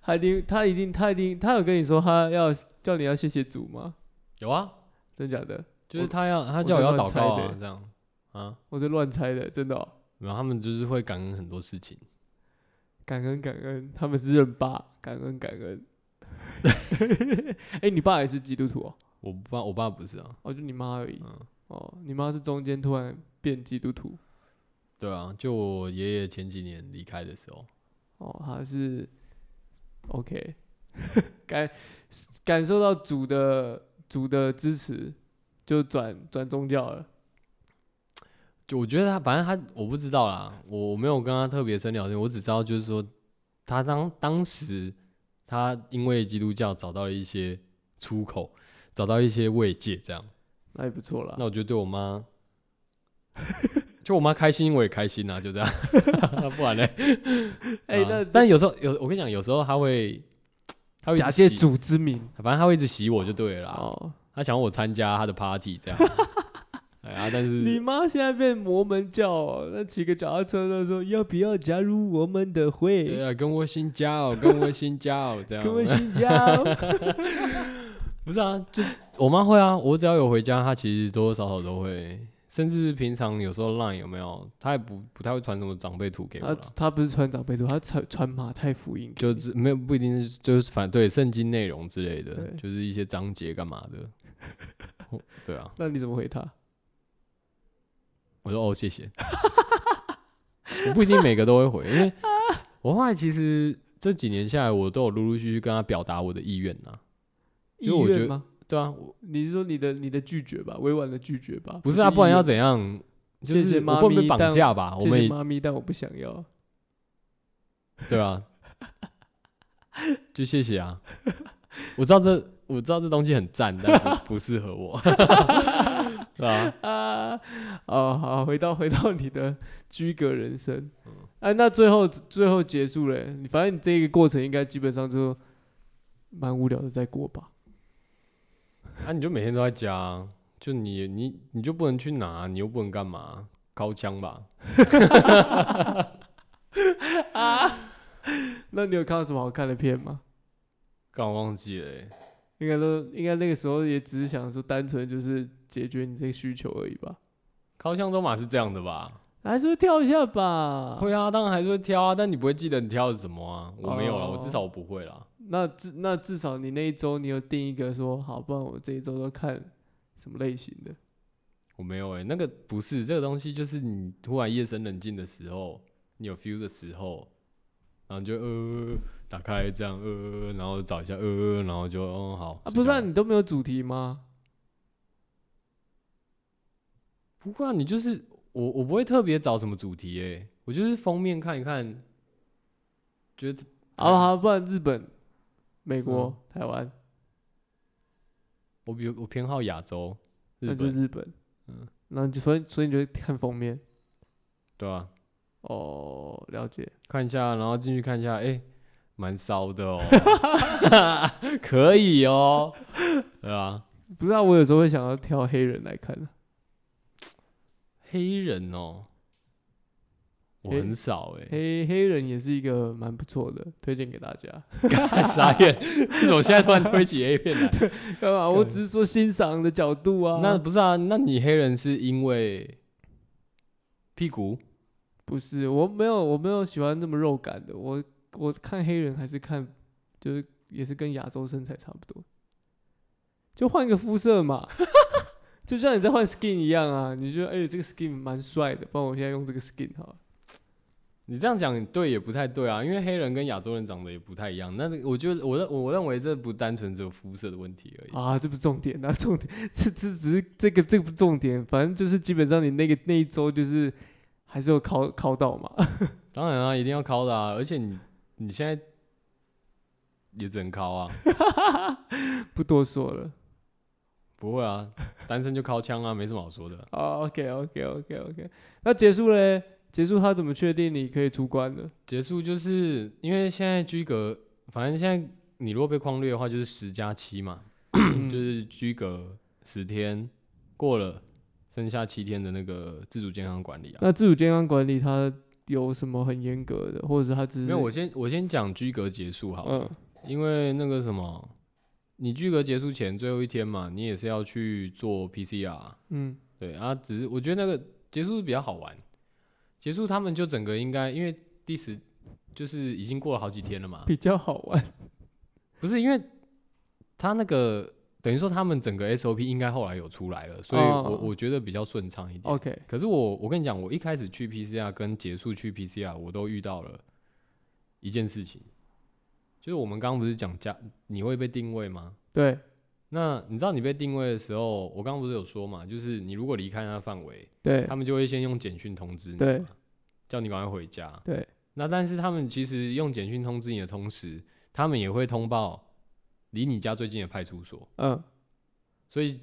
S2: 她一定她一定她一定她有跟你说她要叫你要谢谢主吗？
S1: 有啊，
S2: 真假的？
S1: 就是
S2: 我
S1: 他要他
S2: 我
S1: 叫我
S2: 在
S1: 要
S2: 乱
S1: 祷
S2: 猜
S1: 告
S2: 的
S1: 啊
S2: 欸，
S1: 这样啊，
S2: 我是乱猜的，真的、哦。
S1: 然后他们就是会感恩很多事情，
S2: 感恩感恩，他们是认爸，感恩感恩。 哎、你爸也是基督徒哦？
S1: 我爸我爸不是啊，
S2: 哦，就你妈而已。
S1: 嗯，
S2: 哦，你妈是中间突然变基督徒
S1: 对啊，就我爷爷前几年离开的时候，
S2: 哦，还是 OK，感感受到主的主的支持，就转转宗教了。
S1: 就我觉得他，反正他我不知道啦，我我没有跟他特别深聊天，我只知道就是说，他当当时他因为基督教找到了一些出口，找到一些慰藉，这样。
S2: 那也不错啦
S1: 那。我觉得对我妈， 就我妈开心，我也开心啊，就这样， 不然嘞。
S2: 哎、
S1: 啊
S2: 那
S1: 但有时候有，我跟你讲，有时候他会，他会一直
S2: 假借
S1: 洗，
S2: 主之名
S1: 反正他会一直洗我就对了啦。
S2: 哦，
S1: 他想要我参加他的 party 这样， 哎呀，但
S2: 你
S1: 是
S2: 妈现在变摩门教、哦，那骑个脚踏车的说要不要加入我们的
S1: 对
S2: 会，
S1: 啊，跟我新家哦，跟我新家哦，这样。
S2: 各位新加 哦。
S1: 不是啊，就我妈会啊，我只要有回家，她其实多多少少都会，甚至平常有时候 Line 有没有，她也不不太会传什么长辈图给我
S2: 他
S1: 啦，
S2: 他不是穿长辈图，他穿穿马太福音给
S1: 就
S2: 你，
S1: 是没有不一定是就是反对圣经内容之类的
S2: 对，
S1: 就是一些章节干嘛的。哦对啊，
S2: 那你怎么回他？
S1: 我说哦谢谢，我不一定每个都会回，因为我后来其实这几年下来，我都有陆陆续续跟她表达我的意愿呐、
S2: 意
S1: 就我觉
S2: 愿
S1: 得
S2: 吗？
S1: 对啊，我
S2: 你是说你的你的拒绝吧，委婉的拒绝吧？
S1: 不是啊，不然要
S2: 怎？
S1: 怎样？就
S2: 谢
S1: 是
S2: 谢
S1: 我
S2: 妈
S1: 不能
S2: 咪
S1: 被绑
S2: 但
S1: 架吧？我
S2: 谢
S1: 们
S2: 谢
S1: 也
S2: 妈咪，但我不想要。
S1: 对啊，就谢谢啊。我知道这我知道这东西很赞， 但不不适合我，对啊，
S2: 啊，哦，好，回到回到你的居格人生。
S1: 嗯
S2: 哎、那最后最后结束了，你反正你这个过程应该基本上就蛮无聊的在过吧？
S1: 啊，你就每天都在家啊、就你你你就不能去拿，你又不能干嘛？高枪吧，
S2: 那你有看到什么好看的片吗？
S1: 刚忘记了欸、
S2: 应该都应该那个时候也只是想说，单纯就是解决你这个需求而已吧？
S1: 高枪都嘛是这样的吧？
S2: 还是会跳一下吧？
S1: 会啊，当然还是会挑啊，但你不会记得你挑的什么啊？我没有了，我
S2: 哦
S1: 至少我不会啦。
S2: 那至那至少你那一周你有定一个说好，不然我这一周都看什么类型的？
S1: 我没有哎、那个不是这个东西，就是你突然夜深人静的时候，你有 feel 的时候，然后你就呃打开这样呃，然后找一下呃，然后就哦好
S2: 啊，
S1: 睡
S2: 不是、
S1: 觉
S2: 啊、
S1: 了
S2: 你都没有主题吗？
S1: 不会啊，你就是我我不会特别找什么主题哎、我就是封面看一看，觉得
S2: 好好，不然日本、美国、
S1: 哎嗯
S2: 台湾，
S1: 我比我偏好亚洲日
S2: 那就
S1: 本
S2: 日本。嗯
S1: 嗯，
S2: 那你就所以所以你就看封面
S1: 对吧、啊
S2: 哦，了解。
S1: 看一下，然后进去看一下，哎、蛮骚的 哦，可以哦，对啊，
S2: 不知道、我有时候会想要挑黑人来看啊
S1: 黑人哦，我
S2: 黑
S1: 很少 哎、
S2: 黑黑人也是一个蛮不错的，推荐给大家。
S1: 欸，傻眼，为什么现在突然推起 A 片来？
S2: 干嘛？我只是说欣赏的角度啊。
S1: 那不是啊？那你黑人是因为屁股？
S2: 不是，我没有，我没有喜欢那么肉感的。我我看黑人还是看，就是也是跟亚洲身材差不多，就换个肤色嘛， 就像你在换 skin 一样啊。你觉得哎、这个 skin 蛮帅的，不然我现在用这个 skin 好了。
S1: 你这样讲对也不太对啊，因为黑人跟亚洲人长得也不太一样。那我觉得我认我认为这不单纯只有肤色的问题而已。
S2: 啊，这不是重点啊， 重点这这只是这个这个不重点，反正就是基本上你那个那一周就是还是有考考到嘛。
S1: 当然啊，一定要考的啊，而且你你现在也只能考啊，
S2: 不多说了。
S1: 不会啊，单身就靠枪啊，没什么好说的。
S2: 啊 o k OK OK OK，那结束嘞？结束他怎么确定你可以出关呢？
S1: 结束就是因为现在居格，反正现在你如果被框略的话，就是十加七嘛，
S2: 嗯
S1: 就是居格十天过了，剩下七天的那个自主健康管理啊。
S2: 那自主健康管理它有什么很严格的，或者是它只是
S1: 没有，我先我先讲居格结束好了，
S2: 嗯
S1: 因为那个什么，你居格结束前最后一天嘛，你也是要去做 PCR，
S2: 嗯
S1: 对啊，只是我觉得那个结束比较好玩，结束他们就整个应该因为第十就是已啊 经过了好几天了嘛，
S2: 比较好玩
S1: 不是因为他那个等于说他们整个 SOP 应该后来有出来了，所以我、
S2: 哦
S1: 我觉得比较顺畅一点。
S2: OK，
S1: 可是我我跟你讲，我一开始去 PCR 跟结束去 PCR，我都遇到了一件事情，就是我们刚刚不是讲家你会被定位吗？
S2: 对
S1: 那你知道你被定位的时候，我刚刚不是有说嘛，就是你如果离开那范围，
S2: 对
S1: 他们就会先用简讯通知你
S2: 对
S1: 嘛，叫你赶快回家。
S2: 对，
S1: 那但是他们其实用简讯通知你的同时，他们也会通报离你家最近的派出所，
S2: 嗯，
S1: 所 以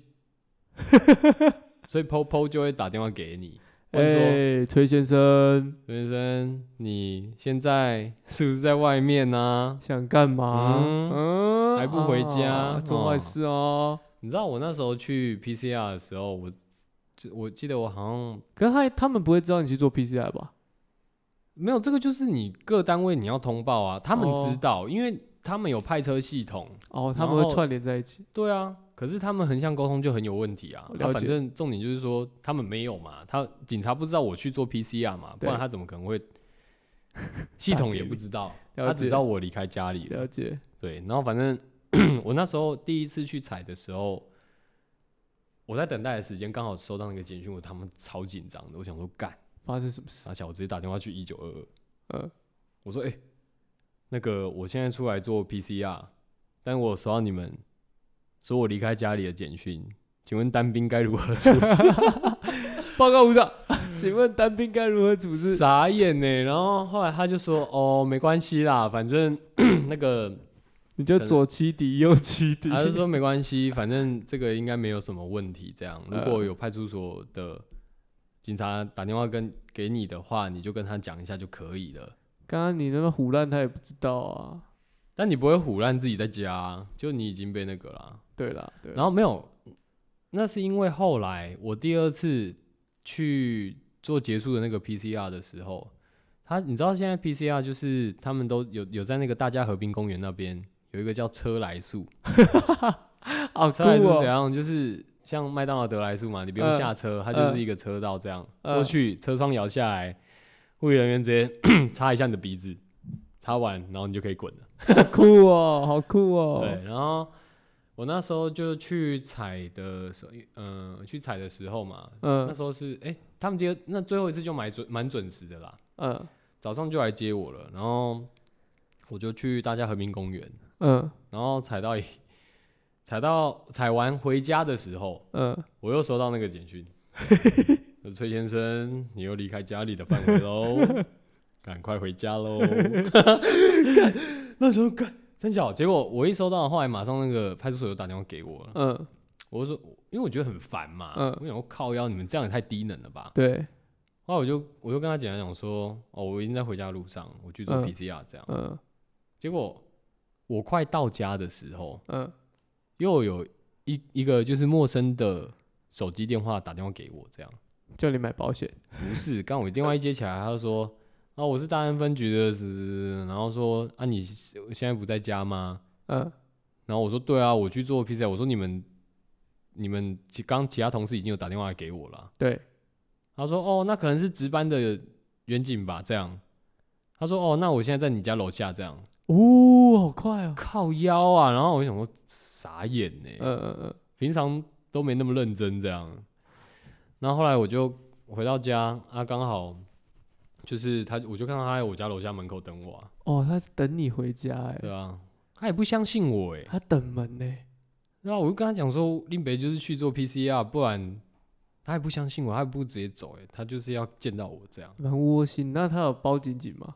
S1: 所以 POPO 就会打电话给你，
S2: 哎、
S1: 问说。
S2: 崔先生
S1: 先生，你现在是不是在外面啊呢、
S2: 想干嘛？
S1: 嗯
S2: 嗯，
S1: 还不回家
S2: 啊做坏
S1: 哦
S2: 事哦。
S1: 你知道我那时候去 PCR 的时候，我就我记得我好像
S2: 可是他他们不会知道你去做 PCR 吧？
S1: 没有这个，就是你各单位你要通报啊，他们
S2: 哦
S1: 知道，因为他们有派车系统。
S2: 哦，他
S1: 然
S2: 们
S1: 后
S2: 会串联在一起。
S1: 对啊，可是他们横向沟通就很有问题啊。
S2: 我了
S1: 啊反
S2: 解
S1: 正重点就是说他们没有嘛，他警察不知道我去做 PCR 嘛，不
S2: 对
S1: 然他怎么可能 会？系统也
S2: 给
S1: 不
S2: 你
S1: 知道，
S2: 了
S1: 他只
S2: 解嗯
S1: 知道我离开家里了
S2: 了。解，
S1: 对，然后反正 我那时候第一次去采的时候，我在等待的时间刚好收到那个简讯，我他妈超紧张的，我想说干，
S2: 发生什 么事？
S1: 傻小，我直接打电话去一九二二，
S2: 呃，
S1: 我说哎、欸那个我现在出来做 PCR，但我收到你们说我离开家里的简讯，请问单兵该如何处置？
S2: 报告部长，请问单兵该如何处
S1: 嗯
S2: 置？
S1: 傻眼呢、然后后来他就说哦没关系啦，反正 那个
S2: 你就
S1: 可能
S2: 左欺敌，右欺敌。
S1: 他是说没关系，反正这个应该没有什么问题。这样，如果有派出所的警察打电话跟给你的话，你就跟他讲一下就可以了。
S2: 刚刚你那么胡乱，他也不知道啊。
S1: 但你不会唬烂自己在家啊，就你已经被那个啊啦。
S2: 对啦，对啦，
S1: 然后没有，那是因为后来我第二次去做结束的那个 PCR 的时候，他你知道现在 PCR 就是他们都有有在那个大家河滨公园那边有一个叫车来速，
S2: 啊，
S1: 车来
S2: 哦酷
S1: 速
S2: 哦
S1: 怎样？就是像麦当劳德来速嘛，你不用
S2: 嗯
S1: 下车，它就是一个车道这样、
S2: 嗯
S1: 过去，车窗摇下来，护理人员直接 擦一下你的鼻子，擦完然后你就可以滚了。
S2: 酷哦，好酷哦。
S1: 对，然后我那时候就去采的时候，嗯、去采的时候嘛，那
S2: 嗯
S1: 时候是哎、诶他们第二那最后一次就蛮准蛮准时的啦，
S2: 嗯
S1: 早上就来接我了，然后我就去大家和平公园，
S2: 嗯
S1: 然后采到一采到采完回家的时候。
S2: 嗯，
S1: 我又收到那个简 讯，我说崔先生，你又离开家里的范围 喽，赶快回家喽。干那时候干真小，结果我一收到，后来马上那个派出所就打电话给我了，
S2: 嗯，
S1: 我就说，因为我觉得很烦嘛，
S2: 嗯
S1: 我想我靠腰，你们这样也太低能了吧。
S2: 对，
S1: 后来我就我就跟他简单讲说，哦，我已经在回家路上，我去做
S2: 嗯
S1: PCR 这样。
S2: 嗯
S1: 结果我快到家的时候，
S2: 嗯，
S1: 又有一一个就是陌生的手机电话打电话给我这样。
S2: 叫你买保险。
S1: 不是，刚我电话一接起来，他就说啊，我是大安分局的，是是是，然后说啊，你现在不在家吗？
S2: 嗯
S1: 然后我说对啊，我去做 PCR，我说你们你们其刚其他同事已经有打电话来给我了啊，
S2: 对，
S1: 他说哦，那可能是值班的远景吧，这样。他说哦，那我现在在你家楼下这样
S2: 呜、好快哦。
S1: 靠腰啊，然后我就想说傻眼欸呢、
S2: 嗯嗯嗯，
S1: 平常都没那么认真这样。然后后来我就回到家啊，刚好就是他，我就看到他在我家楼下门口等我、啊，
S2: 哦，他是等你回家哎、
S1: 对啊，他也不相信我哎、
S2: 他等门呢、
S1: 然后我就跟他讲说，林北就是去做 PCR，不然他也不相信我，他也不直接走哎、他就是要见到我这样。
S2: 蛮窝心。那他有包紧紧吗？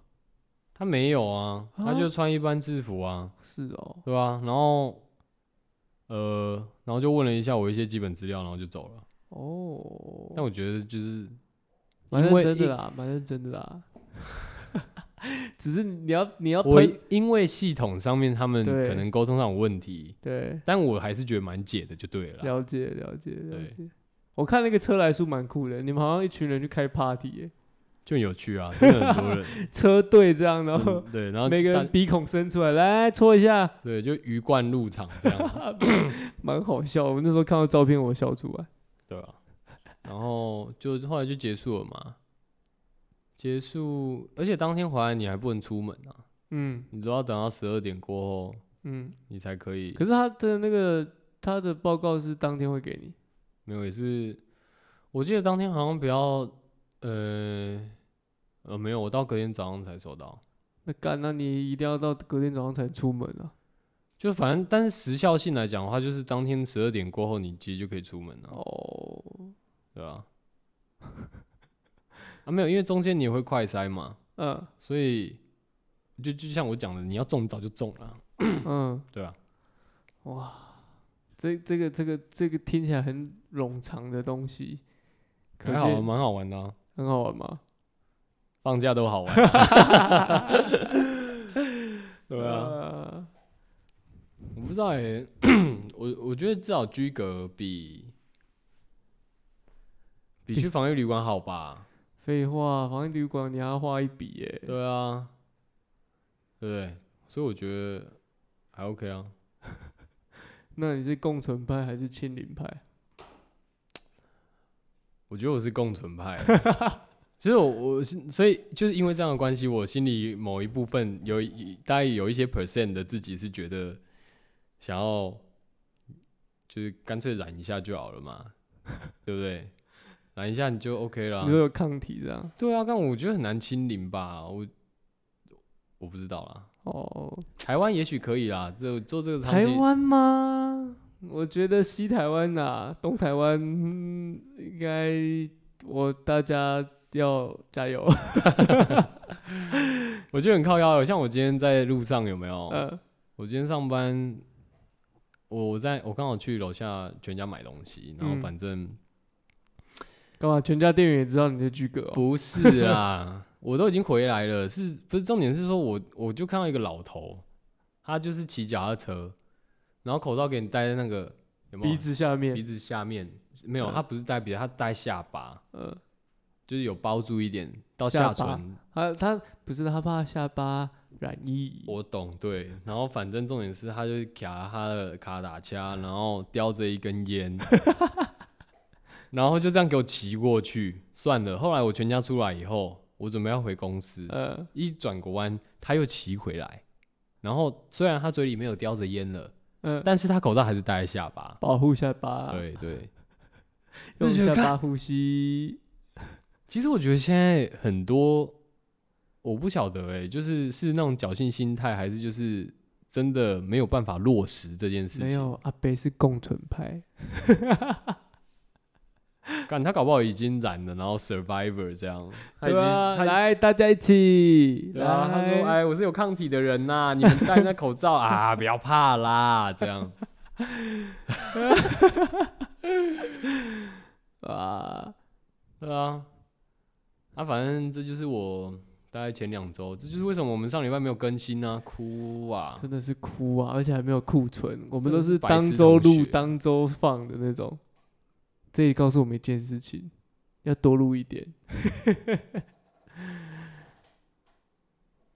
S1: 他没有啊，
S2: 啊
S1: 他就穿一般制服啊，
S2: 是哦，
S1: 对吧、然后呃，然后就问了一下我一些基本资料，然后就走了。
S2: 哦，
S1: 但我觉得就是
S2: 蛮
S1: 因为
S2: 认真
S1: 一
S2: 的啦，蛮认真的啦。只是你要你要
S1: 我
S2: 喷
S1: 因为系统上面他们
S2: 呃对
S1: 可能沟通上有问题，
S2: 对，
S1: 但我还是觉得蛮解的，就对了啦。
S2: 了解了解了
S1: 对
S2: 解。我看那个车来速蛮酷的，你们好像一群人去开 party，、
S1: 就很有趣啊，真的很多 人，
S2: 欸、车队这样，然后
S1: 嗯对，然后
S2: 每个
S1: 大
S2: 人鼻孔伸出来，来戳一下，
S1: 对就鱼贯入场这 样，
S2: 蛮好笑。我那时候看到照片，我笑出来。
S1: 对吧、然后就后来就结束了嘛，结束，而且当天回来你还不能出门啊，
S2: 嗯
S1: 你都要等到十二点过后
S2: 嗯，
S1: 你才可以。
S2: 可是他的那个他的报告是当天会给你，
S1: 没有，也是，我记得当天好像比较，呃，呃，没有，我到隔天早上才收到。
S2: 那干，那你一定要到隔天早上才出门啊。
S1: 就反正，但是时效性来讲的话，就是当天十二点过后，你其实就可以出门了，
S2: 哦，
S1: 对吧、啊？没有，因为中间你也会快筛嘛，
S2: 嗯
S1: 所以就就像我讲的，你要中早就中了，
S2: 嗯，
S1: 对啊吧、
S2: 哇，这这个这个这个听起来很冗长的东西，可
S1: 还好啊，
S2: 见
S1: 蛮好玩的、啊，
S2: 很好玩吗？
S1: 放假都好玩。啊 对啊，
S2: 啊，
S1: 我不知道哎、我我觉得至少居格比比去防疫旅馆好吧？
S2: 废话，防疫旅馆你还要花一笔耶、
S1: 对啊，对不对？所以我觉得还 OK 啊。
S2: 那你是共存派还是清零派？
S1: 我觉得我是共存派 的，其实我我是所以就是因为这样的关系，我心里某一部分有一大概有一些 percent 的自己是觉得想要就是干脆染一下就好了嘛，对不对？染一下你就 OK 啦
S2: 你。说有抗体这样？
S1: 对啊，但我觉得很难清零吧，我我不知道啦。
S2: 哦，
S1: 台湾也许可以啦，这做这个长
S2: 台
S1: 期
S2: 湾吗？我觉得西台湾啊，东台湾、嗯应该我大家要加油。
S1: 我觉得很靠腰哦。像我今天在路上有没有？
S2: 嗯
S1: 我今天上班，我在我刚好去楼下全家买东西，然后
S2: 嗯
S1: 反正
S2: 干嘛？全家店员也知道你是居哥、哦？
S1: 不是 啦，我都已经回来了，是不是？重点是说我我就看到一个老头，他就是骑脚踏车，然后口罩给你戴在那个有没有
S2: 鼻子下
S1: 鼻
S2: 面，
S1: 子下面，没有，
S2: 嗯
S1: 他不是戴鼻子，他戴下巴，
S2: 嗯，
S1: 就是有包住一点到
S2: 下
S1: 下
S2: 巴
S1: 唇。
S2: 他他不是他怕下巴染疫，
S1: 我懂，对，
S2: 嗯
S1: 然后反正重点是，他就是卡他的卡打掐，
S2: 嗯
S1: 然后叼着一根烟， 然后就这样给我骑过去。算了，后来我全家出来以后，我准备要回公司，
S2: 呃，
S1: 一转个弯，他又骑回来。然后虽然他嘴里没有叼着烟了，
S2: 嗯，
S1: 但是他口罩还是戴在下巴。
S2: 保护下巴，
S1: 对对，
S2: 用
S1: 就觉得
S2: 下
S1: 看
S2: 巴呼吸，
S1: 其实我觉得现在很多，我不晓得哎、就是是那种侥幸心态，还是就是真的没有办法落实这件事情。
S2: 没有阿北是共存派，
S1: 干他搞不好已经染了，然后 survivor 这样，他已
S2: 对
S1: 经
S2: 啊，
S1: 他
S2: 来大家一起，
S1: 对啊，他说
S2: 来
S1: 哎，我是有抗体的人呐、 你们戴那口罩啊，不要怕啦，这样
S2: 啊，
S1: 对啊，啊，反正这就是我大概前两周，这就是为什么我们上礼拜没有更新啊，哭啊，
S2: 真的是哭啊，而且还没有库存，我们
S1: 真
S2: 都
S1: 的是
S2: 是
S1: 白痴
S2: 当周
S1: 同
S2: 录
S1: 学
S2: 当周放的那种，这也告诉我们一件事情，要多录一点，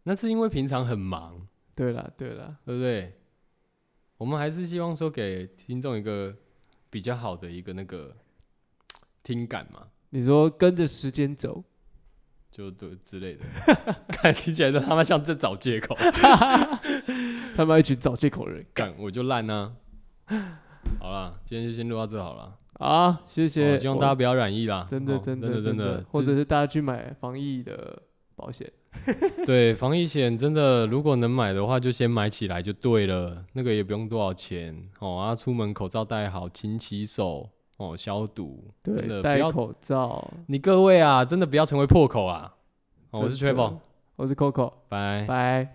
S1: 那是因为平常很忙，
S2: 对啦对啦，
S1: 对不对？我们还是希望说给听众一个比较好的一个那个听感嘛，
S2: 你说跟着时间走。
S1: 就对之类的， 看听起来都他妈像在找借口。
S2: 他们一群找借口人
S1: 干我就烂啊！好啦，今天就先录到这好了。
S2: 啊！谢谢，
S1: 哦希望大家不要染疫啦，
S2: 我真的
S1: 哦
S2: 真
S1: 的
S2: 真
S1: 真
S2: 的
S1: 的，，
S2: 或
S1: 这
S2: 者是大家去买防疫的保险，
S1: 对防疫险真的，如果能买的话，就先买起来就对了，那个也不用多少钱哦。啊，出门口罩戴好，勤洗手哦，消毒，真
S2: 对，
S1: 的
S2: 戴
S1: 不要。
S2: 口罩。
S1: 你各位啊，真的不要成为破口啊！哦，我是哎
S2: 真的
S1: Travel，
S2: 我是 Coco，
S1: 拜。
S2: 拜。